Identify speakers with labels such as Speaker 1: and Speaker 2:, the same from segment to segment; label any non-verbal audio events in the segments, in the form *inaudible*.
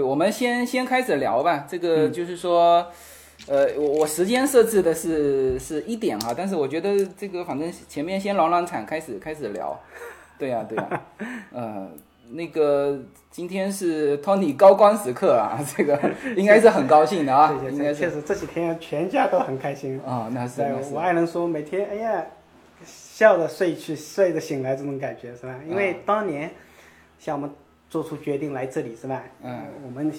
Speaker 1: 我们先先开始聊吧。这个
Speaker 2: 嗯
Speaker 1: 就是说，呃，我我时间设置的是是一点哈，但是我觉得这个反正前面先朗朗场开始开始聊。对呀、对呀、
Speaker 2: *laughs*
Speaker 1: 呃，那个今天是 Tony 高光时刻啊，这
Speaker 2: *laughs*
Speaker 1: 个应该是很高兴的啊，
Speaker 2: 谢
Speaker 1: 应
Speaker 2: 谢，
Speaker 1: 该是
Speaker 2: 确实这几天全家都很开心。
Speaker 1: 啊、 *laughs* 那是
Speaker 2: 对
Speaker 1: 那，是
Speaker 2: 我爱人说每天哎呀，笑着睡去，睡着醒来这种感觉是吧？因
Speaker 1: 嗯
Speaker 2: 为当年像我们做出决定来这里是吧？
Speaker 1: 嗯，
Speaker 2: 我们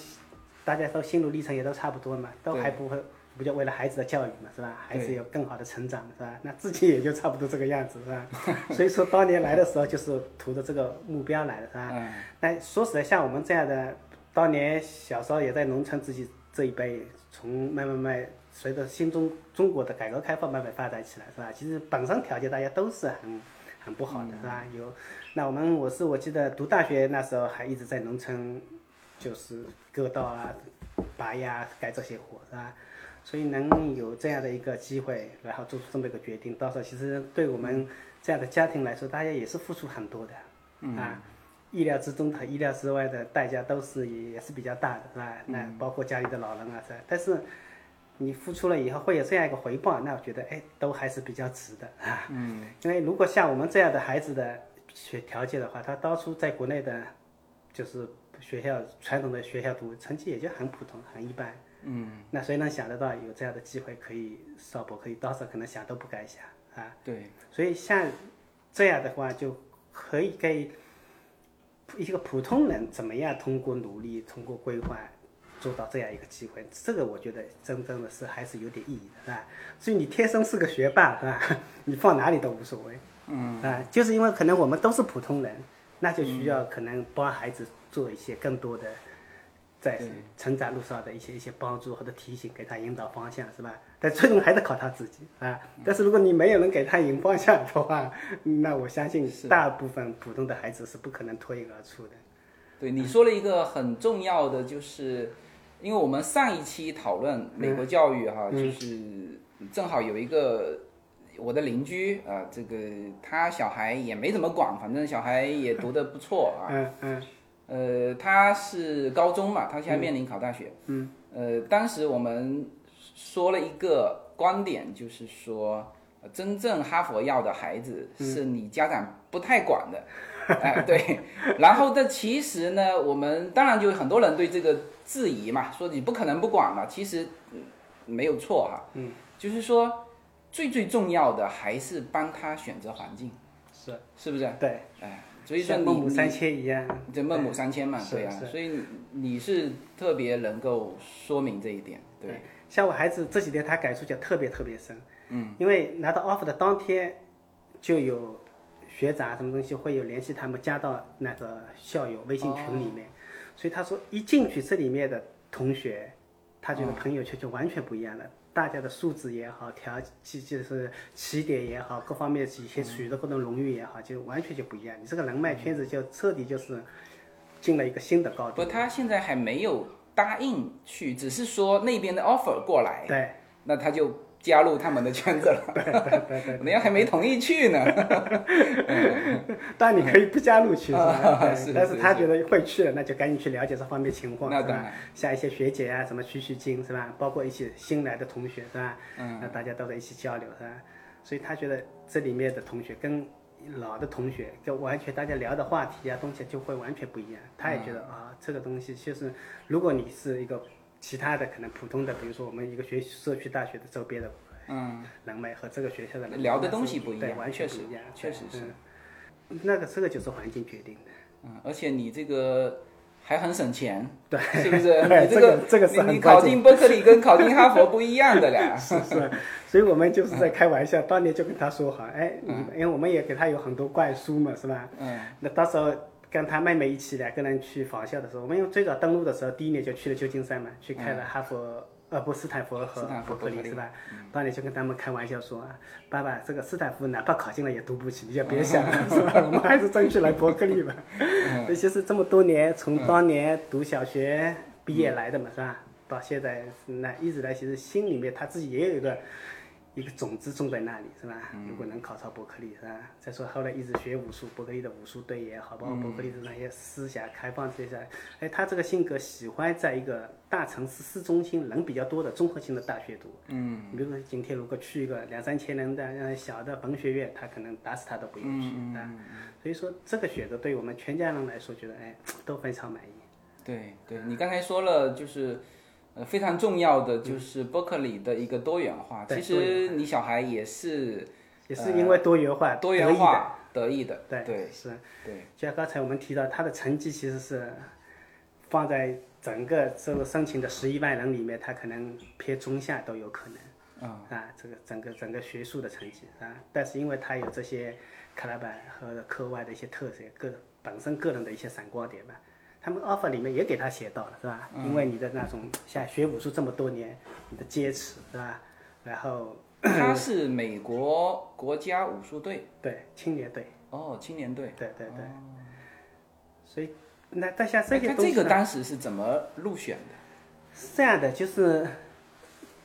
Speaker 2: 大家都心路历程也都差不多嘛，都
Speaker 1: 对
Speaker 2: 还不会。不就为了孩子的教育嘛，是吧？孩子
Speaker 1: 对
Speaker 2: 有更好的成长，是吧？那自己也就差不多这个样子，是吧？ *laughs* 所以说当年来的时候就是图着这个目标来的，是吧？
Speaker 1: 嗯
Speaker 2: 那哎说实在，像我们这样的，当年小时候也在农村自己这一辈，从慢慢慢随着新中中国的改革开放慢慢发展起来，是吧？其实本身条件大家都是很很不好的，是吧？有，那我们我是我记得读大学那时候还一直在农村，就是割稻啊、拔呀、干这些活，是吧？所以能有这样的一个机会，然后做出这么一个决定，到时候其实对我们这样的家庭来说，大家也是付出很多的，啊，意料之中和意料之外的代价都是也也是比较大的，是吧？那包括家里的老人啊，是吧？但是你付出了以后会有这样一个回报，那我觉得哎，都还是比较值的啊。嗯，因为如果像我们这样的孩子的学条件的话，他当初在国内的，就是学校传统的学校读，成绩也就很普通，很一般。嗯，那谁能想得到有这样的机会可以少博，可以当时可能想都不敢想啊。
Speaker 1: 对，
Speaker 2: 所以像这样的话，就可以给一个普通人怎么样通过努力、通过规划做到这样一个机会，这个我觉得真正的是还是有点意义的，是吧？所以你天生是个学霸，是吧？你放哪里都无所谓，嗯啊，就是因为可能我们都是普通人，那就需要可能帮孩子做一些更多的。在成长路上的一些一些帮助或者提醒，给他引导方向，是吧？但最终还得靠他自己啊。
Speaker 1: 嗯
Speaker 2: 但是如果你没有人给他引方向的话，那我相信大部分普通的孩子是不可能脱颖而出的。
Speaker 1: 对，你说了一个很重要的，就是因为我们上一期讨论美国教育哈，就是正好有一个我的邻居啊、这个他小孩也没怎么管，反正小孩也读得不错啊。
Speaker 2: 嗯嗯
Speaker 1: 呃，他是高中嘛，他现在面临考大学。嗯。呃，当时我们说了一个观点，就是说，呃真正哈佛要的孩子
Speaker 2: 嗯
Speaker 1: 是你家长不太管的，哎、对。 *laughs* 然后，但其实呢，我们当然就有很多人对这个质疑嘛，说你不可能不管嘛，其实嗯没有错哈。嗯。就是说，最最重要的还是帮他选择环境，
Speaker 2: 是
Speaker 1: 是不是？
Speaker 2: 对，
Speaker 1: 哎，所以说
Speaker 2: 像
Speaker 1: 你
Speaker 2: 孟母
Speaker 1: 你
Speaker 2: 三迁一样，
Speaker 1: 这孟母三迁嘛，
Speaker 2: 是
Speaker 1: 对呀、
Speaker 2: 是
Speaker 1: 所以你你是特别能够说明这一点，对，
Speaker 2: 像我孩子这几天他感触就特别特别深，嗯，因为拿到 offer 的当天，就有学长什么东西会有联系他们加到那个校友微信群里面，
Speaker 1: 哦
Speaker 2: 所以他说一进去这里面的同学，他
Speaker 1: 哦
Speaker 2: 觉得朋友圈就完全不一样了。大家的素质也好，条就就是起点也好，各方面一
Speaker 1: 嗯
Speaker 2: 些取得各种荣誉也好，就完全就不一样。你这个人脉圈子就彻底就是进了一个新的高
Speaker 1: 不，
Speaker 2: 度。
Speaker 1: 他现在还没有答应去，只是说那边的 offer 过来，
Speaker 2: 对，
Speaker 1: 那他就加入他们的圈子了， *laughs* 人家还没同意去呢，
Speaker 2: *laughs* 但你可以不加入去，是吧？
Speaker 1: 啊
Speaker 2: 对
Speaker 1: 是
Speaker 2: 但
Speaker 1: 是
Speaker 2: 是他觉得会去了，那就赶紧去了解这方面情况，
Speaker 1: 那
Speaker 2: 是
Speaker 1: 当
Speaker 2: 吧
Speaker 1: 然？
Speaker 2: 像一些学姐啊，什么取取经，是吧？包括一些新来的同学，是吧？嗯，那大家都在一起交流，是吧？所以他觉得这里面的同学跟老的同学，就完全大家聊的话题啊，东西就会完全不一样。他也觉
Speaker 1: 嗯
Speaker 2: 得啊，这个东西就是，如果你是一个其他的可能普通的，比如说我们一个学社区大学的周边的
Speaker 1: 嗯，
Speaker 2: 人脉和这个学校的人脉
Speaker 1: 聊的东西不一
Speaker 2: 对
Speaker 1: 样
Speaker 2: 完全
Speaker 1: 确
Speaker 2: 不
Speaker 1: 实
Speaker 2: 一样，
Speaker 1: 确
Speaker 2: 对
Speaker 1: 实是。
Speaker 2: 嗯那个这个就是环境决
Speaker 1: *laughs*
Speaker 2: 定的。
Speaker 1: 嗯，而且你这个还很省钱，
Speaker 2: 对
Speaker 1: 是不是？
Speaker 2: 对
Speaker 1: 你
Speaker 2: 这个这个是
Speaker 1: 你
Speaker 2: 很
Speaker 1: 你
Speaker 2: 关
Speaker 1: 考
Speaker 2: 键
Speaker 1: 进伯克利跟考进哈佛不一样的俩，
Speaker 2: 是是，所以我们就是在开玩笑，当年就跟他说好，哎，你因为我们也给他有很多灌输嘛，是吧？
Speaker 1: 嗯，
Speaker 2: 那到时候跟他妹妹一起两个人去访校的时候，我们因为最早登陆的时候，第一年就去了旧金山嘛，去开了哈佛。呃，不，斯坦福和
Speaker 1: 嗯斯坦福
Speaker 2: 伯克
Speaker 1: 伯克
Speaker 2: 利
Speaker 1: 利
Speaker 2: 是吧？当年就跟他们开玩笑说啊，爸爸，这个斯坦福哪怕考进了也读不起，你就别想了，是吧？我们还是争取来伯克利吧。
Speaker 1: 嗯
Speaker 2: 尤其是这么多年，从当年读小学
Speaker 1: 嗯
Speaker 2: 毕业来的嘛，是吧？到现在那一直来，其实心里面他自己也有一个一个种子种在那里是吧？如果能考察伯克利是吧？再说后来一直学武术，伯克利的武术队也好，包括伯克利的那些思想开放这些，哎，他这个性格喜欢在一个大城市市中心人比较多的综合性的大学读。嗯，比如说今天如果去一个两三千人的呃小的文学院，他可能打死他都不愿意去，对吧？所以说这个选择对我们全家人来说，觉得哎都非常满意。
Speaker 1: 对对，你刚才说了，就是呃非常重要的就是伯克利的一个多元化。
Speaker 2: 嗯对
Speaker 1: 其实你小孩也是
Speaker 2: 也是因为多元化，
Speaker 1: 多
Speaker 2: 得
Speaker 1: 元
Speaker 2: 益
Speaker 1: 化得意的，
Speaker 2: 对 *clears throat*
Speaker 1: 对
Speaker 2: 是。
Speaker 1: 对
Speaker 2: 就像刚才我们提到，他的成绩其实是放在整个这个申请的十一万人里面，他可能偏中下都有可能。啊、这个整个整个学术的成绩啊，但是因为他有这些克拉板和课外的一些特色，个本身个人的一些闪光点吧，他们 offer 里面也给他写到了，是吧？
Speaker 1: 嗯
Speaker 2: 因为你的那种像学武术这么多年，你的坚持，是吧？然后
Speaker 1: 他是美国国家武术队
Speaker 2: 对青年队，
Speaker 1: 哦，青年队。
Speaker 2: 对对对，所以那但像
Speaker 1: 哦
Speaker 2: 这
Speaker 1: 哎
Speaker 2: 些
Speaker 1: 他
Speaker 2: 东
Speaker 1: 这
Speaker 2: 西
Speaker 1: 个
Speaker 2: 呢。
Speaker 1: 当时是怎么入选的？
Speaker 2: 是这样的，就是，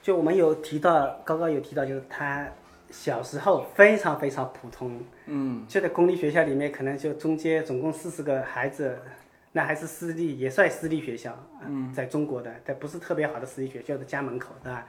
Speaker 2: 就我们有提到，刚刚有提到，就是他小时候非常非常普通，嗯，就在公立学校里面，可能就中间总共四十个孩子，那还是私立，也算私立学校，嗯，在中国的，但不是特别好的私立学校的家门口，对吧？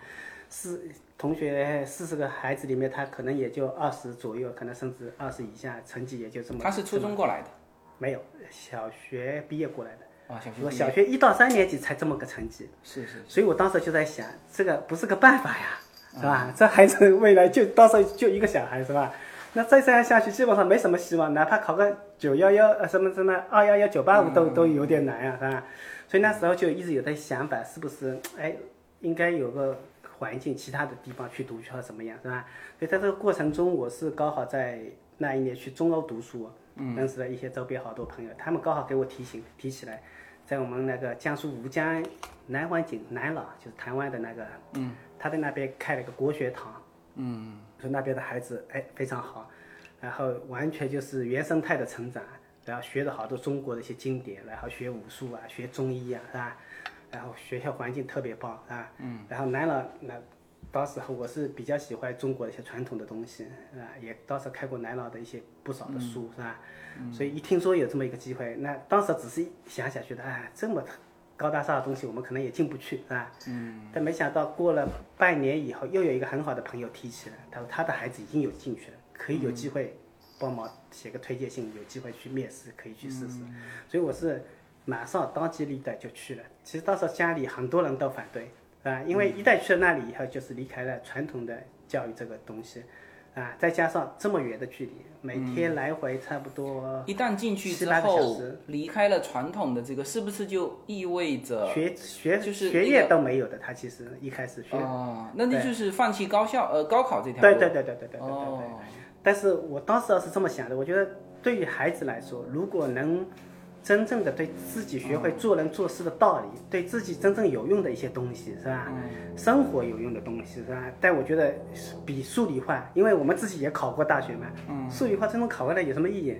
Speaker 2: 四同学四十个孩子里面，他可能也就二十左右，可能甚至二十以下，成绩也就这么。
Speaker 1: 他是初中过来的
Speaker 2: 没有小学毕业过来的，
Speaker 1: 啊，小学
Speaker 2: 我
Speaker 1: 毕业
Speaker 2: 小学一到三年级才这么个成绩。
Speaker 1: 是是
Speaker 2: 所以我当时就在想，这个不是个办法呀，
Speaker 1: 嗯
Speaker 2: 是吧？这孩子未来就到时候就一个小孩，是吧？那再这样下去，基本上没什么希望，哪怕考个九幺幺呃什么什么二幺幺九八五
Speaker 1: 嗯
Speaker 2: 都都有点难呀、是吧？所以那时候就一直有在想法，是不是哎应该有个环境，其他的地方去读书或怎么样，是吧？所以在这个过程中，我是刚好在那一年去中欧读书，
Speaker 1: 嗯
Speaker 2: 认识了一些周边好多朋友，他们刚好给我提醒提起来，在我们那个江苏吴江南湾景南老，就是台湾的那个，嗯，他在那边开了个国学堂，嗯，说那边的孩子哎非常好，然后完全就是原生态的成长，然后学了好多中国的一些经典，然后学武术啊，学中医啊，是吧？然后学校环境特别棒，是吧？嗯，然后南老那。当时候我是比较喜欢中国的一些传统的东西，啊，也当时看过南老的一些不少的书，是吧？所以一听说有这么一个机会，那当时只是想想觉得，哎，这么高大上的东西，我们可能也进不去，是吧？嗯。但没想到过了半年以后，又有一个很好的朋友提起来，他说他的孩子已经有进去了，可以有机会帮忙写个推荐信，有机会去面试，可以去试试。所以我是马上当机立断就去了。其实当时家里很多人都反对，啊，因为一旦去了那里以后，就是离开了传统的教育这个东西。啊，再加上这么远的距离，每天来回差不多
Speaker 1: 一旦进去之
Speaker 2: 18个小
Speaker 1: 后
Speaker 2: 时，
Speaker 1: 离开了传统的这个，是不是就意味着
Speaker 2: 学学
Speaker 1: 就是
Speaker 2: 学
Speaker 1: 一
Speaker 2: 业都没有的，他其实一开始学，
Speaker 1: 哦，那那就是放弃高校呃高考这条
Speaker 2: 对
Speaker 1: 路。
Speaker 2: 对对对对对对对对。
Speaker 1: 哦，
Speaker 2: 但是我当时是这么想的，我觉得对于孩子来说，如果能真正的对自己学会做人做事的道理，对自己真正有用的一些东西，是吧？生活有用的东西，是吧？但我觉得比数理化，因为我们自己也考过大学嘛，数理化最终考回来有什么意义？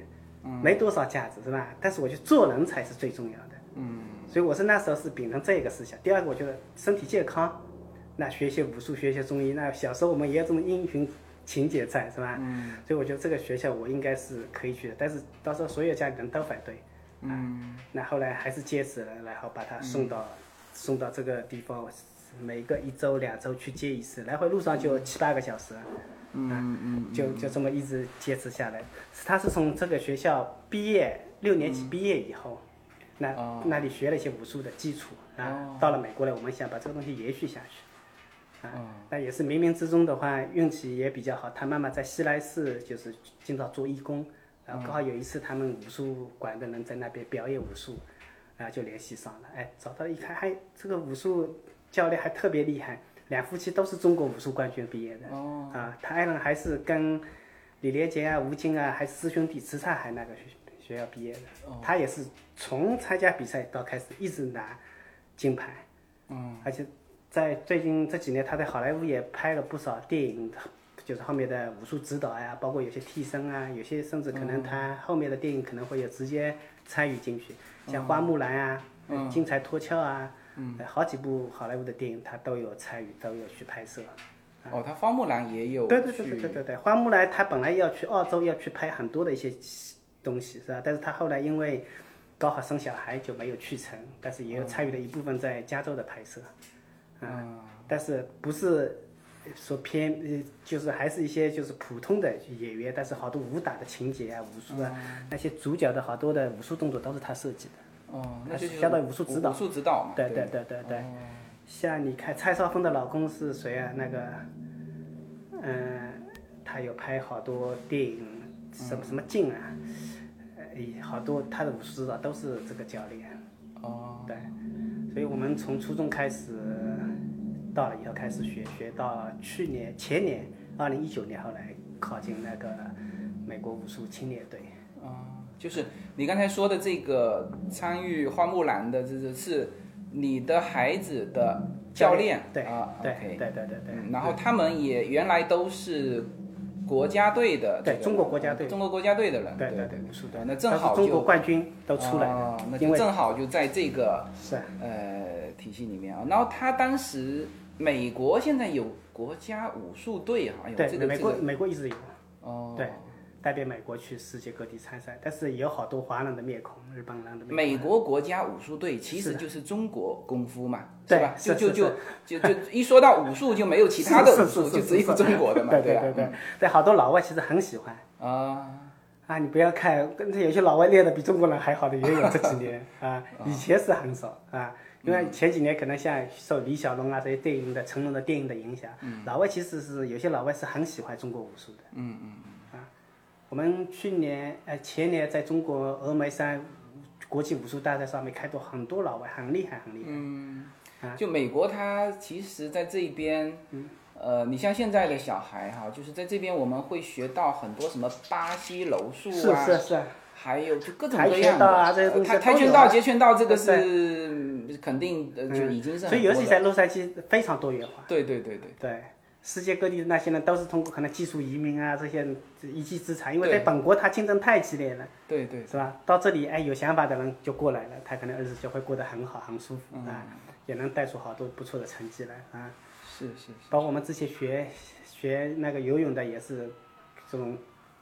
Speaker 2: 没多少价值，是吧？但是我觉得做人才是最重要的。所以我是那时候是秉承这个思想。第二个，我觉得身体健康，那学些武术，学些中医，那小时候我们也有这种因循情节在，是吧？嗯。所以我觉得这个学校我应该是可以去的，但是到时候所有家里人都反对。嗯。那后来还是坚持了，然后把他送到、送到这个地方，每个一周两周去接一次，来回路上就七八个小时。嗯嗯，就就这么一直坚持下来。他是从这个学校毕业六年级毕业以后，那、那里学了一些武术的基础啊，到了美国来，我们想把这个东西延续下去啊。那也是冥冥之中的话，运气也比较好。他妈妈在西来市就是经常做义工，然后刚好有一次他们武术馆的人在那边表演武术，然后就联系上了。哎，找到一看，还这个武术教练还特别厉害，两夫妻都是中国武术冠军毕业的。哦，啊，他爱人还是跟李连杰啊、吴京啊，还是师兄弟池灿海那个学学校毕业的。他也是从参加比赛到开始一直拿金牌。嗯，而且在最近这几年，他在好莱坞也拍了不少电影，就是后面的武术指导呀、包括有些替身啊，有些甚至可能他后面的电影可能会有直接参与进去，像花木兰啊、金呃蝉脱壳啊，嗯、好几部好莱坞的电影他都有参与，都有去拍摄。啊，
Speaker 1: 哦，他花木兰也有
Speaker 2: 对对对对
Speaker 1: 去
Speaker 2: 对对对，花木兰她本来要去澳洲，要去拍很多的一些东西，是吧？但是她后来因为高考生小孩就没有去成，但是
Speaker 1: 嗯
Speaker 2: 也有参与了一部分在加州的拍摄，啊，但是不是说偏，呃就是还是一些就是普通的演员，但是好多武打的情节啊、武术啊，
Speaker 1: 嗯
Speaker 2: 那些主角的好多的武术动作都是他设计的。
Speaker 1: 哦，那就是
Speaker 2: 相当于武术指导
Speaker 1: 武术指导嘛。哦
Speaker 2: 对对对对对，像你看蔡少芬的老公是谁啊？那个，嗯、他有拍好多电影，什么什么镜啊，呃，好多他的武术指导都是这个教练。
Speaker 1: 哦，
Speaker 2: 对，所以我们从初中开始到了以后开始学，学到去年前年二零一九年，后来考进那个美国武术青年队。
Speaker 1: 啊，就是你刚才说的这个参与花木兰的，这这是你的孩子的教练，
Speaker 2: 对
Speaker 1: 啊
Speaker 2: 对
Speaker 1: ，OK，
Speaker 2: 对对对对
Speaker 1: 嗯，然后他们也原来都是国家队的这个，
Speaker 2: 对中国国家队
Speaker 1: 中国国家队的人，
Speaker 2: 对
Speaker 1: 对
Speaker 2: 对，武术队
Speaker 1: 对，那正好
Speaker 2: 都是中
Speaker 1: 就
Speaker 2: 国冠军都出来了，
Speaker 1: 哦那
Speaker 2: 因
Speaker 1: 就
Speaker 2: 为
Speaker 1: 正好就在这个
Speaker 2: 是啊
Speaker 1: 呃体系里面啊。然后他当时美国现在有国家武术队啊哈，有
Speaker 2: 对
Speaker 1: 这个
Speaker 2: 美
Speaker 1: 这
Speaker 2: 国
Speaker 1: 个
Speaker 2: 美国一直有
Speaker 1: 哦，
Speaker 2: 对代表美国去世界各地参赛，但是也有好多华人的面孔，日本人的面孔。
Speaker 1: 美国国家武术队其
Speaker 2: 是
Speaker 1: 实就是中国功夫嘛，
Speaker 2: 对
Speaker 1: 吧？
Speaker 2: 是
Speaker 1: 就就是就就就一说到武术就没有其他的
Speaker 2: 是
Speaker 1: 武
Speaker 2: 是
Speaker 1: 术，
Speaker 2: 是
Speaker 1: 就是只有
Speaker 2: 是
Speaker 1: 中国的嘛，啊
Speaker 2: 对
Speaker 1: 吧？嗯
Speaker 2: 对对，对好多老外其实很喜欢
Speaker 1: 啊，
Speaker 2: 啊，你不要看，跟有些老外练的比中国人还好的也有这几
Speaker 1: *laughs*
Speaker 2: 年啊，以前是很少啊，因
Speaker 1: 嗯
Speaker 2: 为前几年可能像受李小龙啊这些电影的成龙的电影的影响，
Speaker 1: 嗯
Speaker 2: 老外其实是有些老外是很喜欢中国武术的。嗯嗯啊，我们去年呃前年在中国峨眉山国际武术大赛上面看到很多老外，很厉害，很厉害。啊
Speaker 1: 就美国它其实在这边，
Speaker 2: 嗯
Speaker 1: 呃，你像现在的小孩哈，就是在这边我们会学到很多什么巴西柔术
Speaker 2: 是
Speaker 1: 啊，
Speaker 2: 是是，
Speaker 1: 还有就各种
Speaker 2: 跆
Speaker 1: 各样
Speaker 2: 拳道
Speaker 1: 的。呃
Speaker 2: 啊这些东西
Speaker 1: 跆跆
Speaker 2: 都有
Speaker 1: 拳
Speaker 2: 啊
Speaker 1: 道、截拳道这个是嗯肯定呃就已经是
Speaker 2: 嗯所
Speaker 1: 很
Speaker 2: 以尤
Speaker 1: 多
Speaker 2: 其
Speaker 1: 了。
Speaker 2: 在洛杉矶非常多元化。
Speaker 1: 对对对对，
Speaker 2: 对，世界各地的那些人都是通过可能技术移民啊这些一技之长，因为
Speaker 1: 对
Speaker 2: 在本国他竞争太激烈了，
Speaker 1: 对对
Speaker 2: 是吧？到这里哎，有想法的人就过来了，他可能日子就会过得很好，很舒服
Speaker 1: 嗯
Speaker 2: 啊，也能带出好多不错的成绩来啊。
Speaker 1: 是是。
Speaker 2: 包括我们之前学学那个游泳的也是这种。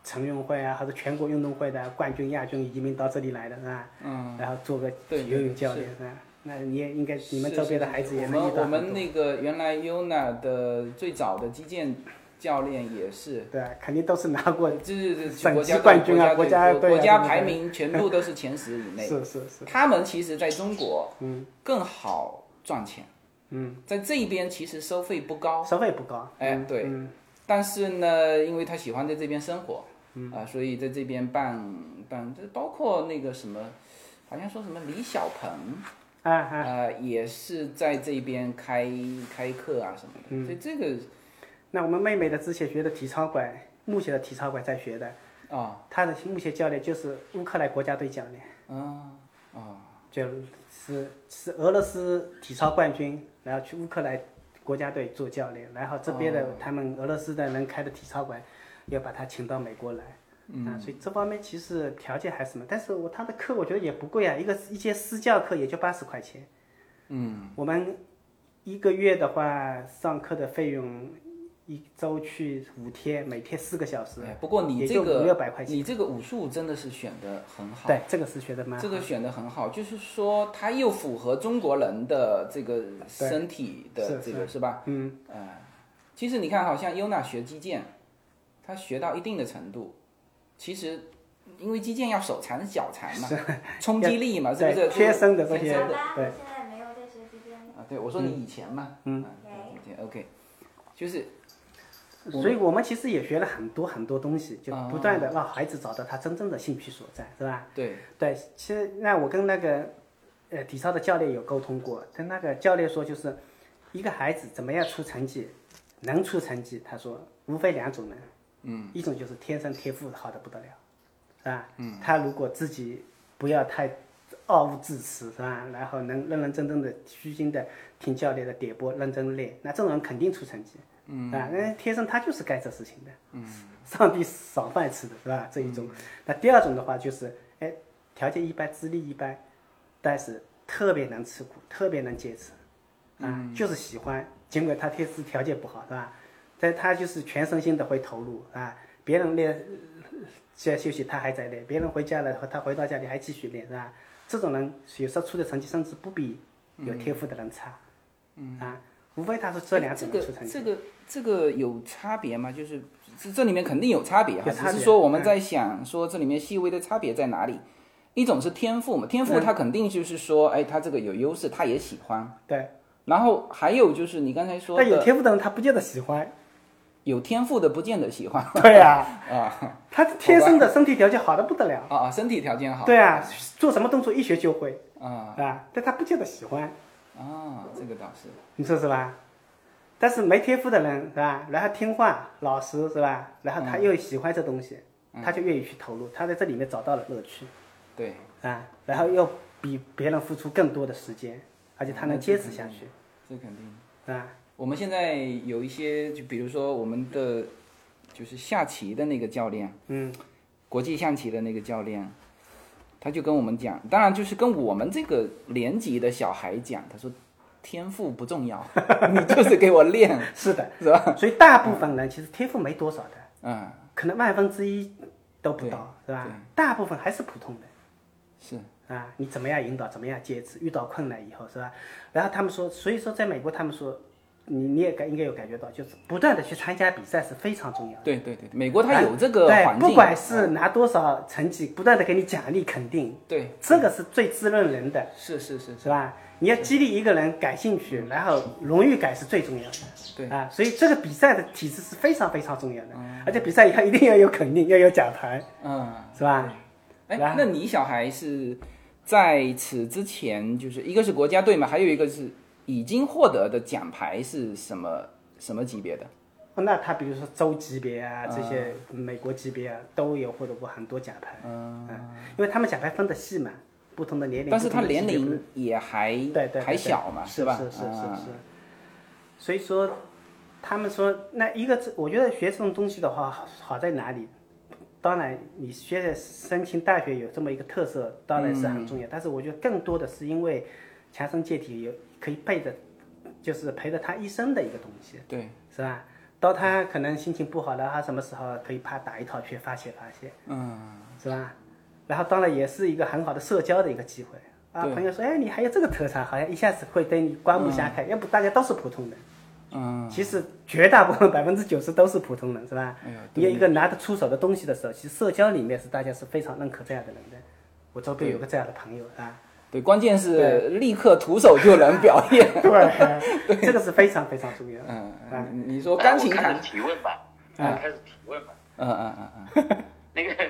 Speaker 2: 城运会啊，还是全国运动会的冠军、亚军移民到这里来的，是吧？嗯。然后做个
Speaker 1: 对
Speaker 2: 游泳教练，是吧？那你也应该，你们
Speaker 1: 是
Speaker 2: 周
Speaker 1: 是
Speaker 2: 边的
Speaker 1: 是
Speaker 2: 孩子也
Speaker 1: 我
Speaker 2: 能遇
Speaker 1: 们
Speaker 2: 到
Speaker 1: 我
Speaker 2: 很
Speaker 1: 们
Speaker 2: 多
Speaker 1: 那个原来 Yuna 的最早的击剑教练也是，
Speaker 2: 对啊，肯定都是拿过
Speaker 1: 就是
Speaker 2: 省
Speaker 1: 国
Speaker 2: 级
Speaker 1: 家队
Speaker 2: 冠军啊
Speaker 1: 国
Speaker 2: 国家
Speaker 1: 队
Speaker 2: 队啊
Speaker 1: 国家
Speaker 2: 对对
Speaker 1: 排
Speaker 2: 对
Speaker 1: 名全部都是前十以内。
Speaker 2: 是 *laughs* 是是，
Speaker 1: 他们其实在中国
Speaker 2: 嗯
Speaker 1: 更好赚钱，
Speaker 2: 嗯，
Speaker 1: 在这边其实收费不高，
Speaker 2: 收费不高。
Speaker 1: 哎
Speaker 2: 嗯
Speaker 1: 对
Speaker 2: 嗯
Speaker 1: 但是呢，因为他喜欢在这边生活，
Speaker 2: 嗯
Speaker 1: 啊、所以在这边办办，这包括那个什么，好像说什么李小鹏，
Speaker 2: 啊啊，
Speaker 1: 呃，也是在这边开开课啊什么的，
Speaker 2: 嗯
Speaker 1: 所以这个
Speaker 2: 那我们妹妹的之前学的体操馆，目前的体操馆在学的，
Speaker 1: 啊、
Speaker 2: 她的目前教练就是乌克兰国家队教练，
Speaker 1: 嗯哦，
Speaker 2: 就是是俄罗斯体操冠军，然后去乌克兰国家队做教练，然后这边的他们俄罗斯的人开的体操馆，又把他请到美国来。啊，所以这方面其实条件还是什么，但是我他的课我觉得也不贵啊，一个一节私教课也就八十块钱。嗯，我们一个月的话，上课的费用一周去五天，每天四个小时
Speaker 1: 哎，不过你
Speaker 2: 也
Speaker 1: 这
Speaker 2: 就五六
Speaker 1: 个
Speaker 2: 百块钱。
Speaker 1: 你这个武术真的是选的很好，
Speaker 2: 对，这个是学的蛮好
Speaker 1: 这个选的很好，就是说它又符合中国人的这个
Speaker 2: 对
Speaker 1: 身体的
Speaker 2: 是
Speaker 1: 这个是吧？呃
Speaker 2: 嗯，
Speaker 1: 其实你看，好像 Yuna 学击剑，她学到一定的程度，其实因为击剑要手残脚残嘛，冲击力嘛，是不是？
Speaker 2: 对贴身的这
Speaker 1: 天
Speaker 2: 些
Speaker 1: 生
Speaker 2: 对
Speaker 1: 的
Speaker 2: 对
Speaker 3: 现在没有在学这边。
Speaker 1: 啊，对我说你以前嘛，嗯
Speaker 3: 嗯
Speaker 1: ，OK，就是
Speaker 2: 所以我们其实也学了很多很多东西，就不断
Speaker 1: 哦
Speaker 2: 的让孩子找到他真正的兴趣所在，是吧？
Speaker 1: 对，
Speaker 2: 对，其实那我跟那个呃体操的教练有沟通过，跟那个教练说，就是一个孩子怎么样出成绩，能出成绩，他说无非两种人，嗯，一种就是天生天赋好的不得了，是吧？嗯，他如果自己不要太傲物自持，是吧？然后能认认真真的、虚心的听教练的点拨，认真练，那这种人肯定出成绩。嗯啊，那天生他就是干这事情的，嗯， *laughs* 上帝赏饭吃的是吧？这一种。那第二种的话就是，哎，条件一般，资历一般，但是特别能嗯吃苦，特别能坚持，啊，就是喜欢，尽管他天资条件不好，是吧？但他就是全身心的会投入啊，别人练在休息，他还在练；别人回家了，他回到家里还继续练，是吧？这种人有时候出的成绩甚至不比有天赋的人差，嗯啊，无非他是这两
Speaker 1: 哎这
Speaker 2: 种
Speaker 1: 个
Speaker 2: 人出成绩。
Speaker 1: 这个这个有差别吗？就是这这里面肯定有差别哈，啊
Speaker 2: 有差别
Speaker 1: 只是说我们在想说这里面细微的差别在哪里。一种是天赋嘛，
Speaker 2: 嗯
Speaker 1: 天赋他肯定就是说，哎，他这个有优势，他也喜欢。
Speaker 2: 对，
Speaker 1: 然后还有就是你刚才说
Speaker 2: 但有
Speaker 1: 的，
Speaker 2: 天赋的人他不见得
Speaker 1: *laughs*
Speaker 2: 喜欢，
Speaker 1: 有天赋的不见得喜
Speaker 2: *laughs*
Speaker 1: 欢
Speaker 2: 对呀、
Speaker 1: 啊
Speaker 2: 他天生的身体条件好的不得了，
Speaker 1: *laughs* 啊啊，身体条件好
Speaker 2: 对啊，做什么动作一学就会
Speaker 1: 啊
Speaker 2: 啊，但他不见得喜欢。
Speaker 1: 啊，这个倒是
Speaker 2: 你说是吧？但是没天赋的人是吧？然后听话、老实是吧？然
Speaker 1: 嗯
Speaker 2: 后他又喜欢这东西，他就愿意去投入，他在这里面找到了乐趣
Speaker 1: 对。
Speaker 2: 啊，然后又比别人付出更多的时间，而且他
Speaker 1: 嗯
Speaker 2: 能坚持下去
Speaker 1: 这肯定。
Speaker 2: 啊。
Speaker 1: 我们现在有一些，就比如说我们的就是下棋的那个教练，
Speaker 2: 嗯，
Speaker 1: 国际象棋的那个教练，他就跟我们讲，当然就是跟我们这个年级的小孩讲，他说天赋不重要， *laughs* 你就是给我
Speaker 2: *laughs*
Speaker 1: 练，
Speaker 2: 是的，
Speaker 1: *laughs* 是吧？
Speaker 2: 所以大部分人其实天赋没多少的，
Speaker 1: 嗯，
Speaker 2: 可能万分之一都不到，是吧
Speaker 1: 对？
Speaker 2: 大部分还是普通的。
Speaker 1: 是，
Speaker 2: 啊，你怎么样引导，怎么样坚持，遇到困难以后是吧？然后他们说，所以说在美国，他们说，你你也感应该有感觉到，就是不断的去参加比赛是非常重要的。
Speaker 1: 对对对，美国他有这个
Speaker 2: 对，
Speaker 1: 环境，嗯
Speaker 2: 哎不管是拿多少成绩，不断的给你奖励肯定，
Speaker 1: 对，
Speaker 2: 这个是最滋润人的，
Speaker 1: 是是是
Speaker 2: 是吧？你要激励一个人感兴趣，然后荣誉感是最重要的。
Speaker 1: 对
Speaker 2: 啊，所以这个比赛的体制是非常非常重要的，而且比赛以后一定要有肯定，要有奖牌，
Speaker 1: 嗯，
Speaker 2: 是吧？
Speaker 1: 哎，
Speaker 2: 然后
Speaker 1: 那你小孩是在此之前，就是一个是国家队嘛，还有一个是已经获得的奖牌是什么什么级别的？
Speaker 2: 哦那他比如说州级别
Speaker 1: 嗯
Speaker 2: 啊，这些美国级别啊，都有获得过很多奖牌。嗯，因为他们奖牌分的细嘛，不同的年龄，
Speaker 1: 但是他
Speaker 2: 不同的
Speaker 1: 年
Speaker 2: 级别不
Speaker 1: 龄也还
Speaker 2: 对对对
Speaker 1: 还小嘛，
Speaker 2: 是
Speaker 1: 吧？
Speaker 2: 是是是
Speaker 1: 啊
Speaker 2: 是。所以说，他们说那一个，我觉得学这种东西的话，好好在哪里？当然，你现在申请大学有这么一个特色，当然是很重
Speaker 1: 嗯
Speaker 2: 要。但是我觉得更多的是因为强身健体有可以背着，就是陪着他一生的一个东西。
Speaker 1: 对，
Speaker 2: 是吧？到他可能心情不好了，他什么时候可以啪打一套去发泄发泄，
Speaker 1: 嗯，
Speaker 2: 是吧？然后当然也是一个很好的社交的一个机会啊。
Speaker 1: 对
Speaker 2: 朋友说，哎，你还有这个特长，好像一下子会对你刮目相看。要不大家都是普通人，
Speaker 1: 嗯，
Speaker 2: 其实绝大部分百分之九十都是普通人，是吧
Speaker 1: 哎呀？
Speaker 2: 你有一个拿得出手的东西的时候，其实社交里面是大家是非常认可这样的人的。我周边有个这样的朋友
Speaker 1: *laughs*
Speaker 2: 啊，
Speaker 1: 对，关键是立刻徒手就能表
Speaker 2: *laughs*
Speaker 1: 演。
Speaker 2: 对， *laughs* 这个是非常非常重要的。
Speaker 1: 嗯
Speaker 2: 啊，
Speaker 1: 你说钢琴
Speaker 3: 我开始
Speaker 1: 弹，
Speaker 3: 提问吧，我开始提问吧。
Speaker 1: 嗯嗯嗯嗯，
Speaker 3: 那个 *laughs*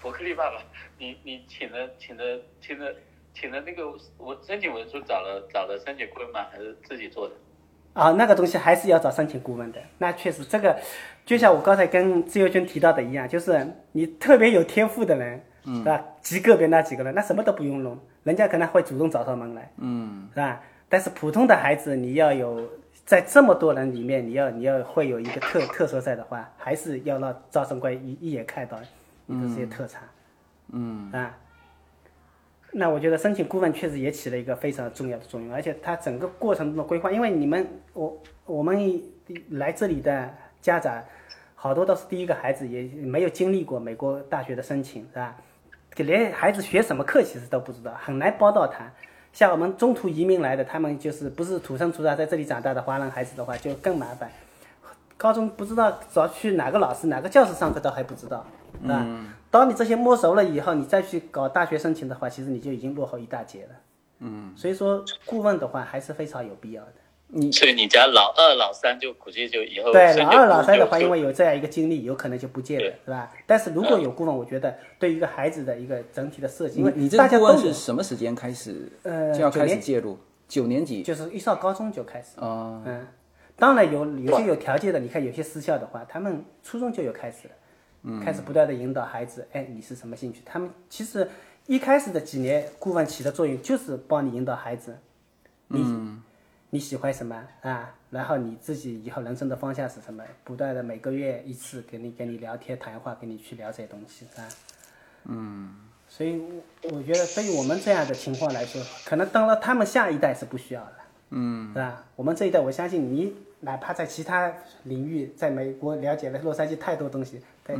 Speaker 3: 伯克利爸爸，你你请了请了请了请了那个我申请文书找了找了申请顾问吗？还是自己做的？
Speaker 2: 啊，那个东西还是要找申请顾问的。那确实，这个就像我刚才跟自由军提到的一样，就是你特别有天赋的人，嗯，是吧？极个别那几个人，那什么都不用弄，人家可能会主动找上门来，
Speaker 1: 嗯，
Speaker 2: 是吧？但是普通的孩子，你要有在这么多人里面，你要你要会有一个特特色在的话，还是要让招生官一一眼看到你的这些特长，嗯啊。那我觉得申请顾问确实也起了一个非常重要的作用，而且它整个过程中的规划，因为你们我我们来这里的家长，好多都是第一个孩子也没有经历过美国大学的申请，是吧？连孩子学什么课其实都不知道，很难帮到他。像我们中途移民来的，他们就是不是土生土长在这里长大的华人孩子的话，就更麻烦。高中不知道找去哪个老师、哪个教室上课都还不知道，是吧？当你这些摸熟了以后，你再去搞大学申请的话，其实你就已经落后一大截了。嗯，所以说顾问的话还是非常有必要的。
Speaker 1: 你
Speaker 3: 所以你家老二老三就估计就嗯以后
Speaker 2: 对，
Speaker 3: 申请
Speaker 2: 老
Speaker 3: 顾
Speaker 2: 二、
Speaker 3: 问
Speaker 2: 老三的话，
Speaker 3: 就
Speaker 2: 因为有这样一个经历，有可能就不见了
Speaker 3: 对，
Speaker 2: 是吧？但是如果有顾问，我觉得对于一个孩子的一个整体的设计，因为
Speaker 1: 你这
Speaker 2: 大
Speaker 1: 个
Speaker 2: 家
Speaker 1: 顾
Speaker 2: 都
Speaker 1: 问是
Speaker 2: 有，
Speaker 1: 什么时间开始
Speaker 2: 呃
Speaker 1: 就要开
Speaker 2: 九
Speaker 1: 始
Speaker 2: 年级
Speaker 1: 介入？九年级
Speaker 2: 就是一上高中就开始。
Speaker 1: 啊，
Speaker 2: 嗯，当然有有些有条件的，你看有些私校的话，他们初中就有开始了，开始不断的引导孩子，哎，你是什么兴趣？他们其实一开始的几年，顾问起的作用就是帮你引导孩子，你、你喜欢什么啊？然后你自己以后人生的方向是什么？不断的每个月一次给你给你聊天谈话，给你去聊这些东西，是吧？所以我，我觉得对于我们这样的情况来说，可能到了他们下一代是不需要了。嗯，是吧？我们这一代，我相信你哪怕在其他领域，在美国了解了洛杉矶太多东西，在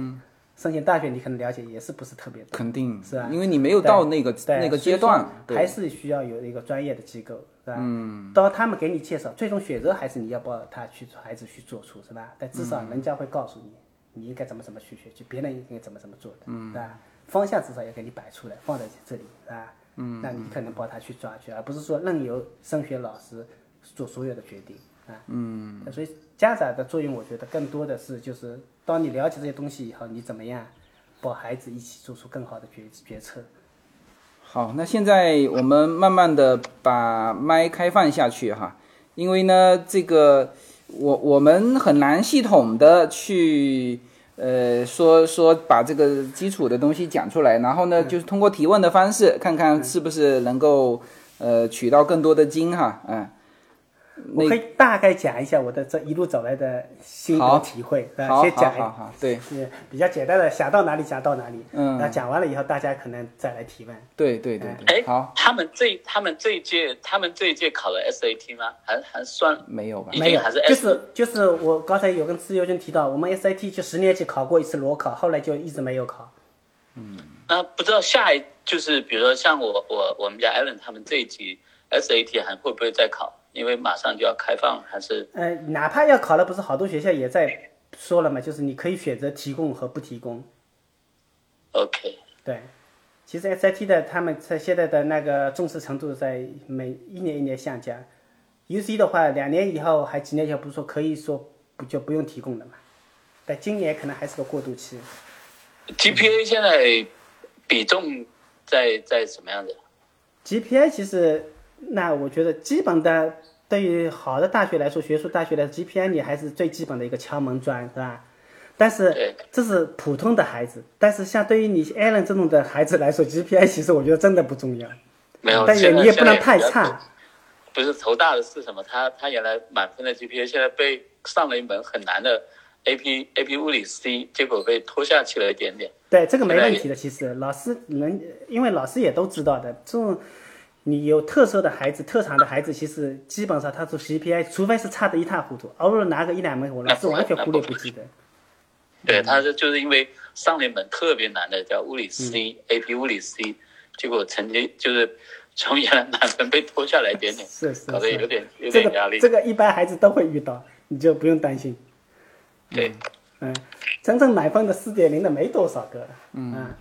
Speaker 2: 申请大学你可能了解也是不是特别多，
Speaker 1: 肯定
Speaker 2: 是吧
Speaker 1: 因为你没有到那个
Speaker 2: 对
Speaker 1: 那个
Speaker 2: 所以
Speaker 1: 阶
Speaker 2: 说
Speaker 1: 段，对，
Speaker 2: 还是需要有一个专业的机构，是吧？嗯，到他们给你介绍，最终选择还是你要不要他去孩子去做出，是吧？但至少
Speaker 1: 嗯
Speaker 2: 人家会告诉你，你应该怎么怎么去学习，别人应该怎么怎么做的，嗯，是吧？方向至少要给你摆出来，放在这里，是吧？嗯，那你可能帮他去抓去，而不是说任由升学老师做所有的决定啊。嗯，所以家长的作用，我觉得更多的是就是，当你了解这些东西以后，你怎么样帮孩子一起做出更好的决决策？
Speaker 1: 好，那现在我们慢慢的把麦开放下去哈，因为呢，这个我我们很难系统的去呃说说把这个基础的东西讲出来，然后
Speaker 2: 嗯
Speaker 1: 呢，就是通过提问的方式，看看是不是能够呃取到更多的精哈，嗯，
Speaker 2: 我可以大概讲一下我的这一路走来的心
Speaker 1: 好
Speaker 2: 得体会，是吧？
Speaker 1: 好
Speaker 2: 先
Speaker 1: 好
Speaker 2: 讲
Speaker 1: 好
Speaker 2: 一，
Speaker 1: 好，对
Speaker 2: 嗯，比较简单的，想到哪里讲到哪里。
Speaker 1: 嗯
Speaker 2: 那讲完了以后，大家可能再来提问。
Speaker 1: 对对对
Speaker 3: 哎
Speaker 1: 对，，好，
Speaker 3: 他们这他们这一届他们这一届考了 SAT 吗？还还算
Speaker 1: 没有吧？
Speaker 3: 已经
Speaker 2: 没有
Speaker 3: 还是，
Speaker 2: 就是就是我刚才有跟自由君提到，我们 SAT 就十年级考过一次裸考，后来就一直没有考。
Speaker 3: 那啊不知道下一就是比如说像我我我们家 Allen 他们这一季 SAT 还会不会再考？因为马上就要开放，还是
Speaker 2: 呃，哪怕要考了，不是好多学校也在说了嘛，就是你可以选择提供和不提供。
Speaker 3: OK？
Speaker 2: 对，其实 SAT 的他们在现在的那个重视程度在每一年一年下降。UC 的话，两年以后还几年以后不是说可以说不就不用提供了嘛？但今年可能还是个过渡期。嗯
Speaker 3: GPA 现在比重在在什么样子？
Speaker 2: GPA 其实，那我觉得基本的对于好的大学来说，学术大学来说，GPA 你还是最基本的一个敲门砖，是吧？但是
Speaker 3: 对
Speaker 2: 这是普通的孩子，但是像对于你 Allen 这种的孩子来说，GPA 其实我觉得真的不重要，
Speaker 3: 没有，
Speaker 2: 但也
Speaker 3: 现在
Speaker 2: 你也不能太。
Speaker 3: 现在比较
Speaker 2: 差。
Speaker 3: 不是头大的是什么？他他原来满分的 GPA，现在被上了一门很难的 AP AP 物理 C，结果被拖下去了一点点。
Speaker 2: 对，这个没
Speaker 3: 现在
Speaker 2: 问
Speaker 3: 也
Speaker 2: 题的。其实老师能，因为老师也都知道的，这种你有特色的孩子、特长的孩子，其实基本上他做 GPA，除非是差的一塌糊涂，偶尔拿个一两门，我老师完全忽略不计的。
Speaker 3: 对，
Speaker 2: 嗯
Speaker 3: 他是就是因为上了一门特别难的叫物理 C、AP
Speaker 2: 嗯
Speaker 3: 物理 C，结果成绩就是从原来满分被拖下来一点点，
Speaker 2: 是是
Speaker 3: 搞得有
Speaker 2: 是，
Speaker 3: 点 *laughs* 有
Speaker 2: 这
Speaker 3: 点压
Speaker 2: 个
Speaker 3: 力。
Speaker 2: 这个一般孩子都会遇到，你就不用担心。
Speaker 3: 对，
Speaker 2: 嗯，真正满分的四点零的没多少个。嗯，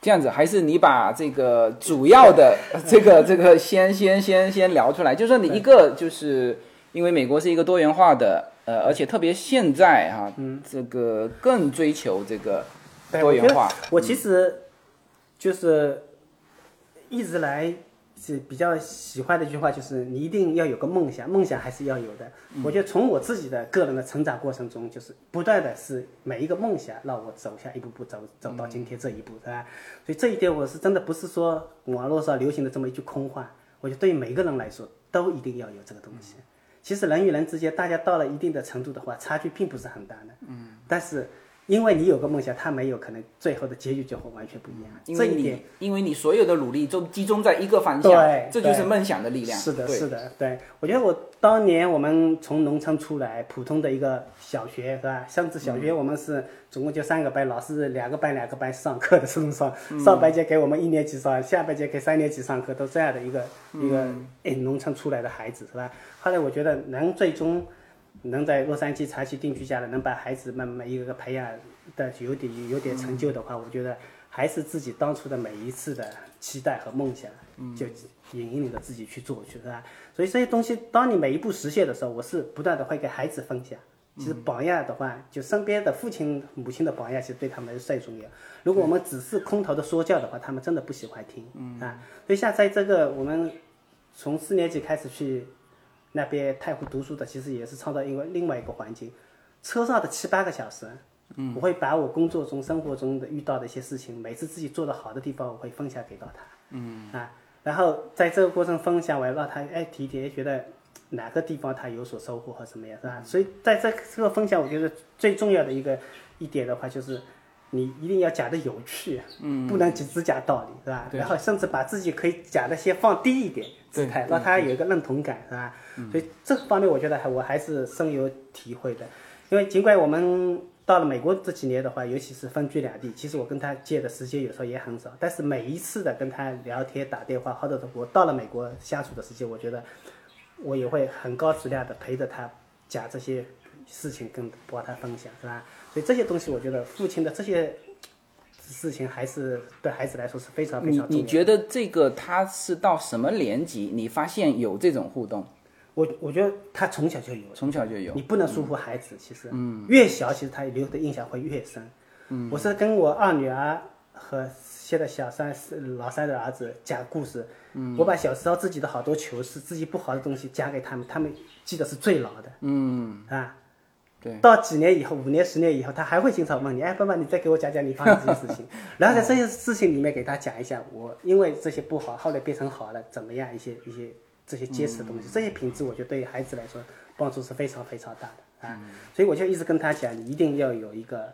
Speaker 1: 这样子，还是你把这个主要
Speaker 2: *laughs*
Speaker 1: 的这个这个先先先先聊出来，就是说你一个就是因为美国是一个多元化的，呃，而且特别现在哈、这个更追求这个
Speaker 2: 嗯对，
Speaker 1: 多
Speaker 2: 我觉
Speaker 1: 元
Speaker 2: 得
Speaker 1: 化，
Speaker 2: 我其实就是一直来是比较喜欢的一句话，就是你一定要有个梦想，梦想还是要有的。
Speaker 1: 嗯
Speaker 2: 我觉得从我自己的个人的成长过程中，就是不断的是每一个梦想让我走下一步步走走
Speaker 1: 嗯
Speaker 2: 到今天这一步，是吧？所以这一点我是真的不是说网络上流行的这么一句空话，我觉得对于每个人来说都一定要有这个东
Speaker 1: 嗯
Speaker 2: 西。其实人与人之间，大家到了一定的程度的话，差距并不是很大的。嗯，但是因为你有个梦想，他没有，可能最后的结局就会完全不一样。
Speaker 1: 嗯因
Speaker 2: 这
Speaker 1: 为
Speaker 2: 一点
Speaker 1: 你因为你所有的努力都集中在一个方
Speaker 2: 对
Speaker 1: 向，这就是
Speaker 2: 对
Speaker 1: 梦想的力量。
Speaker 2: 是的，
Speaker 1: 对
Speaker 2: 是的，对我觉得我当年我们从农村出来，普通的一个小学是吧？甚至小
Speaker 1: 嗯
Speaker 2: 学我们是总共就三个班，老师两个班两个班上课的这种上，上
Speaker 1: 嗯
Speaker 2: 半节给我们一年级上，下半节给三年级上课，都这样的一个、一个
Speaker 1: 嗯
Speaker 2: 哎农村出来的孩子是吧？后来我觉得能最终能在洛杉矶长期定居下来，能把孩子慢慢一个个培养的有点有点成就的话，我觉得还是自己当初的每一次的期待和梦想，就引领着自己去做去，是吧？所以这些东西，当你每一步实现的时候，我是不断的会给孩子分享。其实榜样的话，就身边的父亲、母亲的榜样，其实对他们来说最重要。如果我们只是空头的说教的话，他们真的不喜欢听、啊。所以像在这个我们从四年级开始去那边太湖读书的，其实也是创造一个另外一个环境。车上的七八个小时，嗯，我会把我工作中、生活中的遇到的一些事情，每次自己做的好的地方，我会分享给到他，嗯啊，然后在这个过程分享，我要让他哎提提，觉得哪个地方他有所收获和什么样，是吧？所以在这这个分享，我觉得最重要的一个一点的话，就是你一定要讲的有趣，啊
Speaker 1: 嗯，
Speaker 2: 不能只只讲道理，是吧？
Speaker 1: 对
Speaker 2: 然后甚至把自己可以讲的先放低一点姿态，
Speaker 1: 对嗯
Speaker 2: 让他有一个认同感，是吧？所以这方面我觉得还我还是深有体会的，因为尽管我们到了美国这几年的话，尤其是分居两地，其实我跟他见的时间有时候也很少，但是每一次的跟他聊天、打电话，或者是我到了美国相处的时间，我觉得我也会很高质量的陪着他讲这些事情，跟帮他分享，是吧？所以这些东西，我觉得父亲的这些事情还是对孩子来说是非常非
Speaker 1: 你
Speaker 2: 常重
Speaker 1: 你
Speaker 2: 要的。
Speaker 1: 觉得这个他是到什么年级，你发现有这种互动？
Speaker 2: 我我觉得他从小就有，
Speaker 1: 从小就有嗯
Speaker 2: 你，不能疏忽孩子，其实，越小其实他留的印象会越深。我是跟我二女儿和现在小三老三的儿子讲故事，
Speaker 1: 嗯
Speaker 2: 我把小时候自己的好多糗事、自己不好的东西讲给他们，他们记得是最牢的。
Speaker 1: 嗯，
Speaker 2: 啊。
Speaker 1: 对，
Speaker 2: 到几年以后，五年、十年以后，他还会经常问你，哎，爸爸，你再给我讲讲你发生这些事情，然后在这些事情里面给他讲一下，我因为这些不好，后来变成好了，怎么样？一些一些这些坚持的东西，这些品质，我觉得对于孩子来说帮助是非常非常大的啊。所以我就一直跟他讲，你一定要有一个。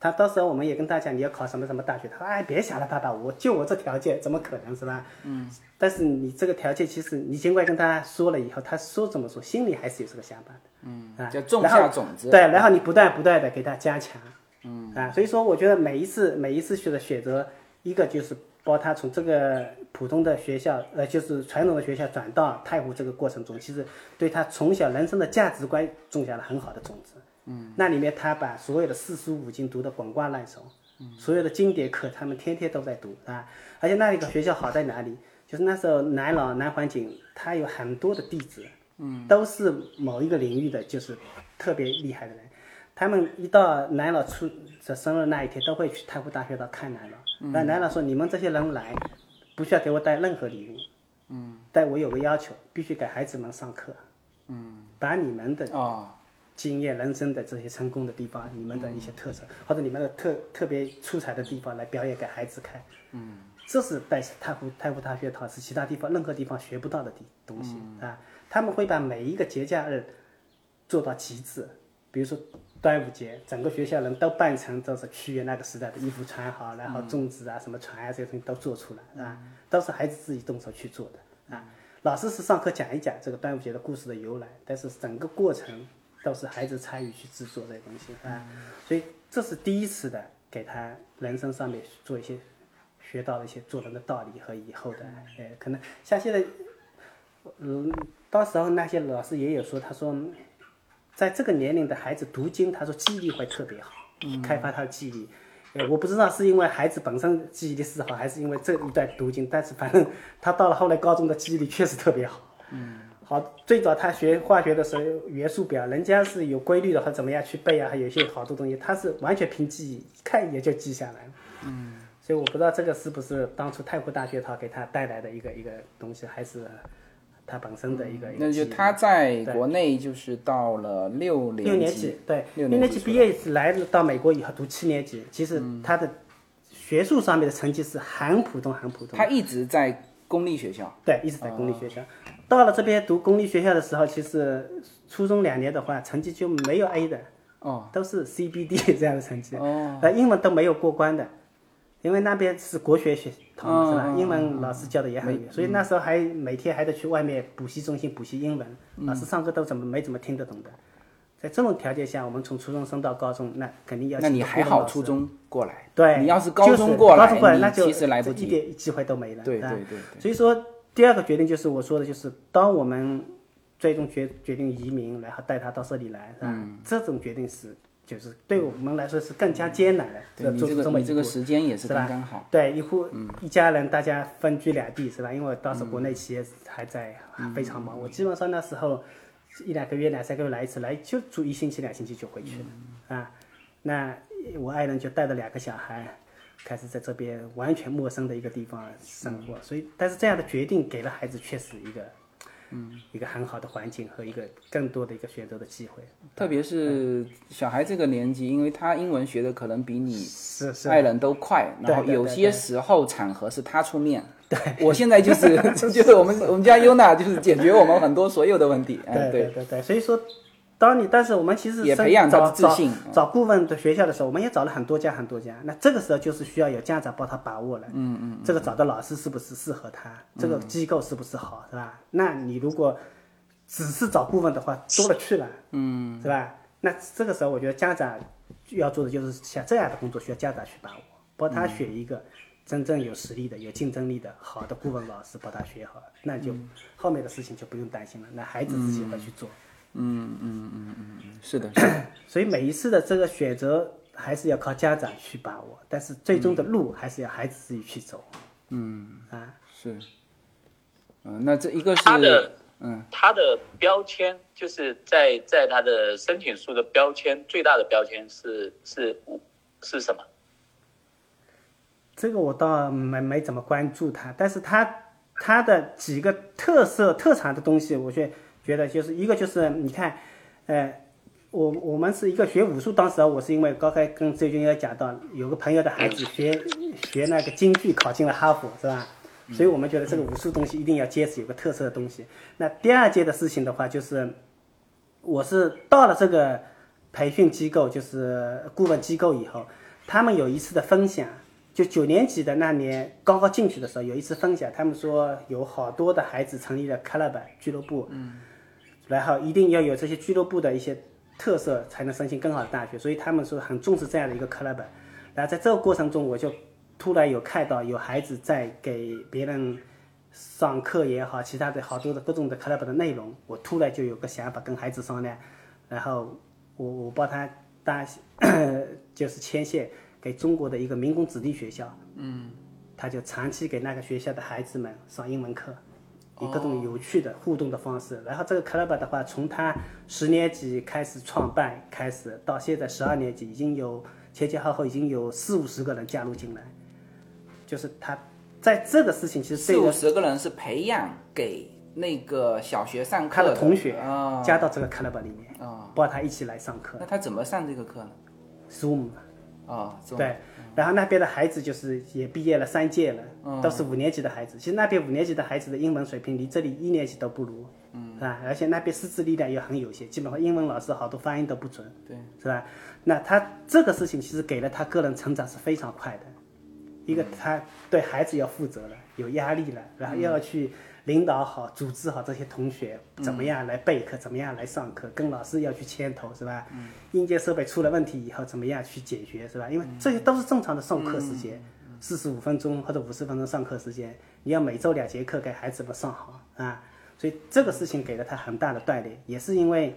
Speaker 2: 他到时候我们也跟他讲，你要考什么什么大学。他说：“哎，别想了，爸爸，我就我这条件，怎么可能是吧？”嗯。但是你这个条件，其实你尽管跟他说了以后，他说怎么说，心里还是有这个想法的。嗯。啊，
Speaker 1: 叫种
Speaker 2: 然后
Speaker 1: 下种子。嗯
Speaker 2: 对，然后你不断不断的给它加强，嗯啊，所以说我觉得每一次每一次去的选择，一个就是帮他从这个普通的学校，呃，就是传统的学校转到太湖这个过程中，其实对他从小人生的价值观种下了很好的种子。嗯，那里面他把所有的四书五经读得滚瓜烂熟，所有的经典课他们天天都在读啊，而且那里个学校好在哪里？就是那时候南老南环景，他有很多的弟子，嗯，都是某一个领域的，就是特别厉害的人。他们一到南老出这生日那一天，都会去太湖大学堂看南老。那、南老说：“你们这些人来，不需要给我带任何礼物，嗯，但我有个要求，必须给孩子们上课，嗯，把你们的
Speaker 1: 哦，
Speaker 2: 经验、人生的这些成功的地方，你们的一些特色，或者你们的特特别出彩的地方来表演给孩子看。嗯，这是在太湖太湖大学堂是其他地方任何地方学不到的地东西、啊。他们会把每一个节假日做到极致，比如说端午节，整个学校人都扮成都是屈原那个时代的衣服穿好，然后粽子啊、什么船啊这些东西都做出来啊，都是孩子自己动手去做的啊。老师是上课讲一讲这个端午节的故事的由来，但是整个过程都是孩子参与去制作这些东西啊，所以这是第一次的给他人生上面做一些学到了一些做人的道理和以后的，呃，可能像现在，嗯，到时候那些老师也有说，他说，在这个年龄的孩子读经，他说记忆力会特别好，开发他的记忆力。呃，我不知道是因为孩子本身记忆力是好，还是因为这一段读经，但是反正他到了后来高中的记忆力确实特别好。
Speaker 1: 嗯
Speaker 2: 好，最早他学化学的时候，元素表人家是有规律的，和怎么样去背啊，还有一些好多东西，他是完全凭记忆，一看也就记下来了。嗯，所以我不知道这个是不是当初太湖大学堂给他带来的一个一个东西，还是他本身的一个。一个
Speaker 1: 嗯那就
Speaker 2: 记忆
Speaker 1: 他在国内就是到了六
Speaker 2: 六
Speaker 1: 年
Speaker 2: 年级，对，
Speaker 1: 六
Speaker 2: 六
Speaker 1: 年级
Speaker 2: 年级毕业来到美国以后读七年级，其实他的学术上面的成绩是很普通，很普通。
Speaker 1: 他一直在公立学校。
Speaker 2: 对，一直在
Speaker 1: 哦
Speaker 2: 公立学校。到了这边读公立学校的时候，其实初中两年的话，成绩就没有 A 的，
Speaker 1: 哦，
Speaker 2: 都是 C、B、D 这样的成绩，
Speaker 1: 哦
Speaker 2: 呃，英文都没有过关的，因为那边是国学学堂、是吧
Speaker 1: 嗯？嗯
Speaker 2: 英文老师教的也很远，所以那
Speaker 1: 嗯
Speaker 2: 时候还每天还得去外面补习中心补习英文，老
Speaker 1: 嗯
Speaker 2: 师上课都怎么没怎么听得懂的。在这种条件下，我们从初中升到高中，那肯定要
Speaker 1: 那
Speaker 2: 请
Speaker 1: 你
Speaker 2: 个
Speaker 1: 还
Speaker 2: 高中
Speaker 1: 好
Speaker 2: 老师
Speaker 1: 初中过来，
Speaker 2: 对，
Speaker 1: 你要是高
Speaker 2: 就
Speaker 1: 中过来，
Speaker 2: 高中过来那
Speaker 1: 你
Speaker 2: 就
Speaker 1: 其实来不
Speaker 2: 一
Speaker 1: 及。
Speaker 2: 点机会都没了。
Speaker 1: 对
Speaker 2: 吧
Speaker 1: 对对对
Speaker 2: 所以说，第二个决定就是我说的，就是当我们最终决决定移民，然后带他到这里来，是吧？
Speaker 1: 嗯
Speaker 2: 这种决定是就是对我们来说是更加艰难的，
Speaker 1: 对你
Speaker 2: 做
Speaker 1: 这
Speaker 2: 出这
Speaker 1: 个
Speaker 2: 么
Speaker 1: 你
Speaker 2: 一
Speaker 1: 这
Speaker 2: 步
Speaker 1: 个。时间也是
Speaker 2: 是吧
Speaker 1: 刚刚好。
Speaker 2: 对，一户、一家人，大家分居两地是吧？因为当时国内企业还在、非
Speaker 1: 嗯
Speaker 2: 常忙，我基本上那时候一两个月、两三个月来一次，来就住一星期、两星期就回去了、
Speaker 1: 嗯
Speaker 2: 啊。那我爱人就带着两个小孩，开始在这边完全陌生的一个地方生活，
Speaker 1: 嗯
Speaker 2: 所以但是这样的决定给了孩子确实一个。嗯，一个很好的环境和一个更多的一个选择的机会，
Speaker 1: 特别是小孩这个年纪，因为他英文学的可能比你
Speaker 2: 是是，
Speaker 1: 爱人都快，
Speaker 2: 对
Speaker 1: 然后
Speaker 2: 对对
Speaker 1: 有些时候场合是他出面。对， *laughs* 我现在就是就是我们我们家 Yuna 就是解决我们很多所有的问题。哎，
Speaker 2: 对对对，所以说当你，但是我们其实
Speaker 1: 也
Speaker 2: 深
Speaker 1: 培养
Speaker 2: 找
Speaker 1: 他的自
Speaker 2: 找
Speaker 1: 信。嗯
Speaker 2: 找顾问的学校的时候，我们也找了很多家很多家。那这个时候就是需要有家长帮他把握了。嗯嗯。这个找的老师是不是适合他？
Speaker 1: 嗯
Speaker 2: 这个机构是不是好，是吧？那你如果只是找顾问的话，多了去了。嗯。是吧？那这个时候，我觉得家长要做的就是像这样的工作，需要家长去把握，帮
Speaker 1: 嗯
Speaker 2: 他选一个真正有实力的、有竞争力的好的顾问老师，帮他学好，那就
Speaker 1: 嗯
Speaker 2: 后面的事情就不用担心了。那孩子自己会去做。
Speaker 1: 嗯是的，是的
Speaker 2: 所以每一次的这个选择还是要靠家长去把握，但是最终的路还是要孩子自己去走。嗯啊，
Speaker 1: 是。嗯、那这一个
Speaker 3: 他的
Speaker 1: 是嗯，
Speaker 3: 他的标签就是在在他的申请书的标签最大的标签是是是什么？
Speaker 2: 这个我倒没没怎么关注他，但是他他的几个特色特长的东西，我却觉得就是一个就是你看，呃，我我们是一个学武术，当时啊我是因为刚才跟周军也讲到，有个朋友的孩子学学那个京剧，考进了哈佛，是吧？所以我们觉得这个武术东西一定要坚持有个特色的东西。那第二件的事情的话，就是我是到了这个培训机构，就是顾问机构以后，他们有一次的分享，就九年级的那年刚刚进去的时候，有一次分享，他们说有好多的孩子成立了 club 俱乐部，嗯，然后一定要有这些俱乐部的一些特色，才能申请更好的大学，所以他们说很重视这样的一个 club。然后在这个过程中，我就突然有看到有孩子在给别人上课也好，其他的好多的各种的 club 的内容，我突然就有个想法跟孩子商量，然后我我帮他搭 *coughs* 就是牵线给中国的一个民工子弟学校，嗯，他就长期给那个学校的孩子们上英文课。以各种有趣的互动的方式，然后这个 club 的话，从他十年级开始创办开始，到现在十二年级，已经有前前后后已经有四五十个人加入进来，就是他在这个事情其实
Speaker 1: 四
Speaker 2: 对一个
Speaker 1: 五十个人是培养给那个小学上
Speaker 2: 他
Speaker 1: 课
Speaker 2: 的同学
Speaker 1: 啊、
Speaker 2: 加到这个 club 里面，
Speaker 1: 啊
Speaker 2: 帮他一起来上课
Speaker 1: 那他怎么上这个课呢？
Speaker 2: ，Zoom。
Speaker 1: 啊、这种
Speaker 2: 对，然后那边的孩子就是也毕业了三届
Speaker 1: 嗯
Speaker 2: 了，都是五年级的孩子。其实那边五年级的孩子的英文水平离这里一年级都不如，嗯，是吧？而且那边师资力量也很有限，基本上英文老师好多发音都不准，
Speaker 1: 对，
Speaker 2: 是吧？那他这个事情其实给了他个人成长是非常快的，一个他对孩子要负责了，有压力了，然后又要去领导好、组织好这些同学怎么样来备课，怎么样来上课，跟老师要去牵头，是吧？硬件设备出了问题以后怎么样去解决，是吧？因为这些都是正常的上课时间，四十五分钟或者五十分钟上课时间，你要每周两节课给孩子们上好啊。所以这个事情给了他很大的锻炼，也是因为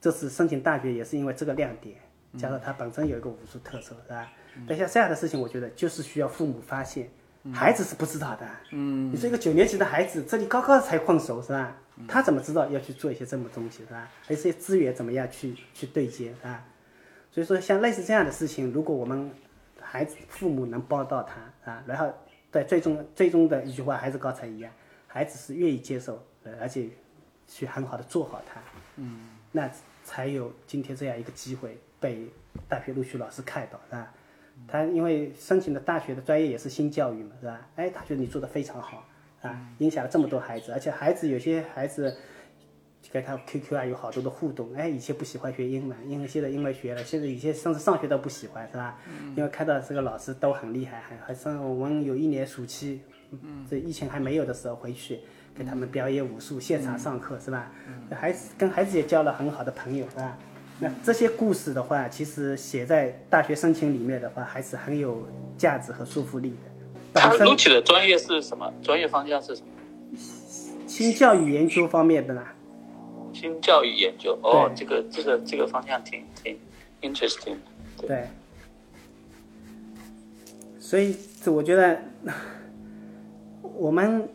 Speaker 2: 这次申请大学也是因为这个亮点，加上他本身有一个武术特色，是吧？但像这样的事情，我觉得就是需要父母发现，孩子是不知道的。嗯，你说一个九年级的孩子，这里刚刚才混熟，是吧？他怎么知道要去做一些这么东西，是吧？而且资源怎么样去去对接，是吧？所以说，像类似这样的事情，如果我们孩子父母能帮到他啊，然后在最终最终的一句话还是刚才一样，孩子是愿意接受，呃而且去很好的做好它，嗯，那才有今天这样一个机会被大学录取老师看到，是吧？他因为申请的大学的专业也是新教育嘛，是吧？哎，他觉得你做的非常好啊，影响了这么多孩子，而且孩子有些孩子跟他 QQ 啊有好多的互动，哎，以前不喜欢学英文，因为现在英文学了，现在有些甚至上学都不喜欢，是吧？因为看到这个老师都很厉害，还还上我们有一年暑期，嗯，这疫情还没有的时候回去给他们表演武术，现场上课是吧？孩子跟孩子也交了很好的朋友是吧？那这些故事的话，其实写在大学申请里面的话，还是很有价值和说服力的。
Speaker 3: 他
Speaker 2: 本身
Speaker 3: 录取的专业是什么？专业方向是什么？
Speaker 2: 新教育研究方面的呢，
Speaker 3: 新教育研究。哦
Speaker 2: 对，
Speaker 3: 这个这个这个方向挺挺 interesting 的。对
Speaker 2: 对，所以这我觉得我们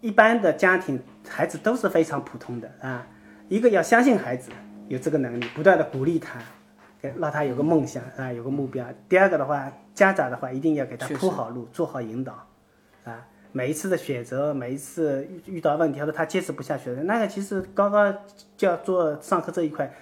Speaker 2: 一般的家庭孩子都是非常普通的啊。一个要相信孩子有这个能力，不断的鼓励他，给让他有个梦想啊，有个目标。第二个的话，家长的话一定要给他
Speaker 1: 确实
Speaker 2: 铺好路，做好引导啊。每一次的选择，每一次遇遇到问题，或者他坚持不下去了，那个其实刚刚就要做上课这一块，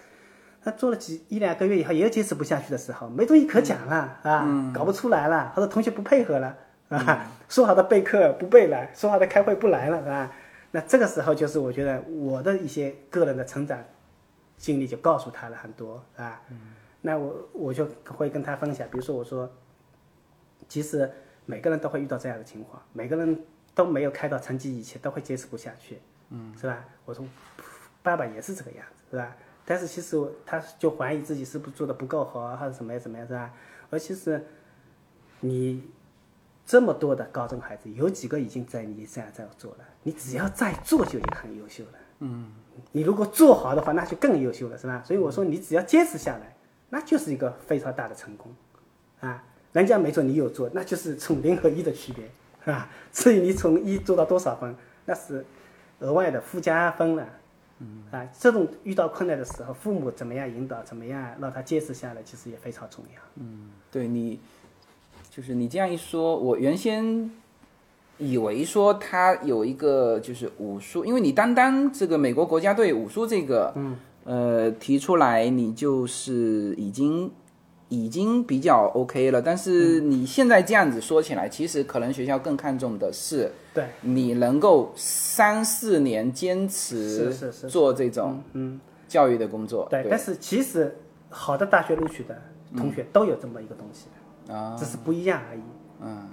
Speaker 2: 他做了几一两个月以后，也有坚持不下去的时候，没东西可讲了、啊，搞不出来了，或者同学不配合了啊，说好的备课不备了，说好的开会不来了啊，那这个时候就是我觉得我的一些个人的成长经历就告诉他了很多，是吧？那我我就会跟他分享，比如说我说，其实每个人都会遇到这样的情况，每个人都没有开到成绩以前都会坚持不下去，嗯，是吧？我说爸爸也是这个样子，是吧？但是其实我他就怀疑自己是不是做的不够好啊，或者怎么样怎么样，是吧？而其实你这么多的高中孩子，有几个已经在你这样在做了？你只要再做就已经很优秀了。嗯，你如果做好的话，那就更优秀了，是吧？所以我说，你只要坚持下来，那就是一个非常大的成功，啊，人家没做，你有做，那就是从零和一的区别，是吧？ *laughs* 至于你从一做到多少分，那是额外的附加分了。嗯，啊，这种遇到困难的时候，父母怎么样引导，怎么样让他坚持下来，其实也非常重要。
Speaker 1: 对你，就是你这样一说，我原先以为说他有一个就是武术，因为你单单这个美国国家队武术这个，嗯，呃，提出来你就是已经已经比较 OK 了，但是
Speaker 2: 嗯
Speaker 1: 你现在这样子说起来，其实可能学校更看重的是
Speaker 2: 对，
Speaker 1: 你能够三四年坚持
Speaker 2: 是是是
Speaker 1: 做这种
Speaker 2: 嗯，
Speaker 1: 教育的工作，
Speaker 2: 对。但是其实好的大学录取的同学都有这么一个东西的，
Speaker 1: 啊，
Speaker 2: 只是不一样而已。
Speaker 1: 嗯，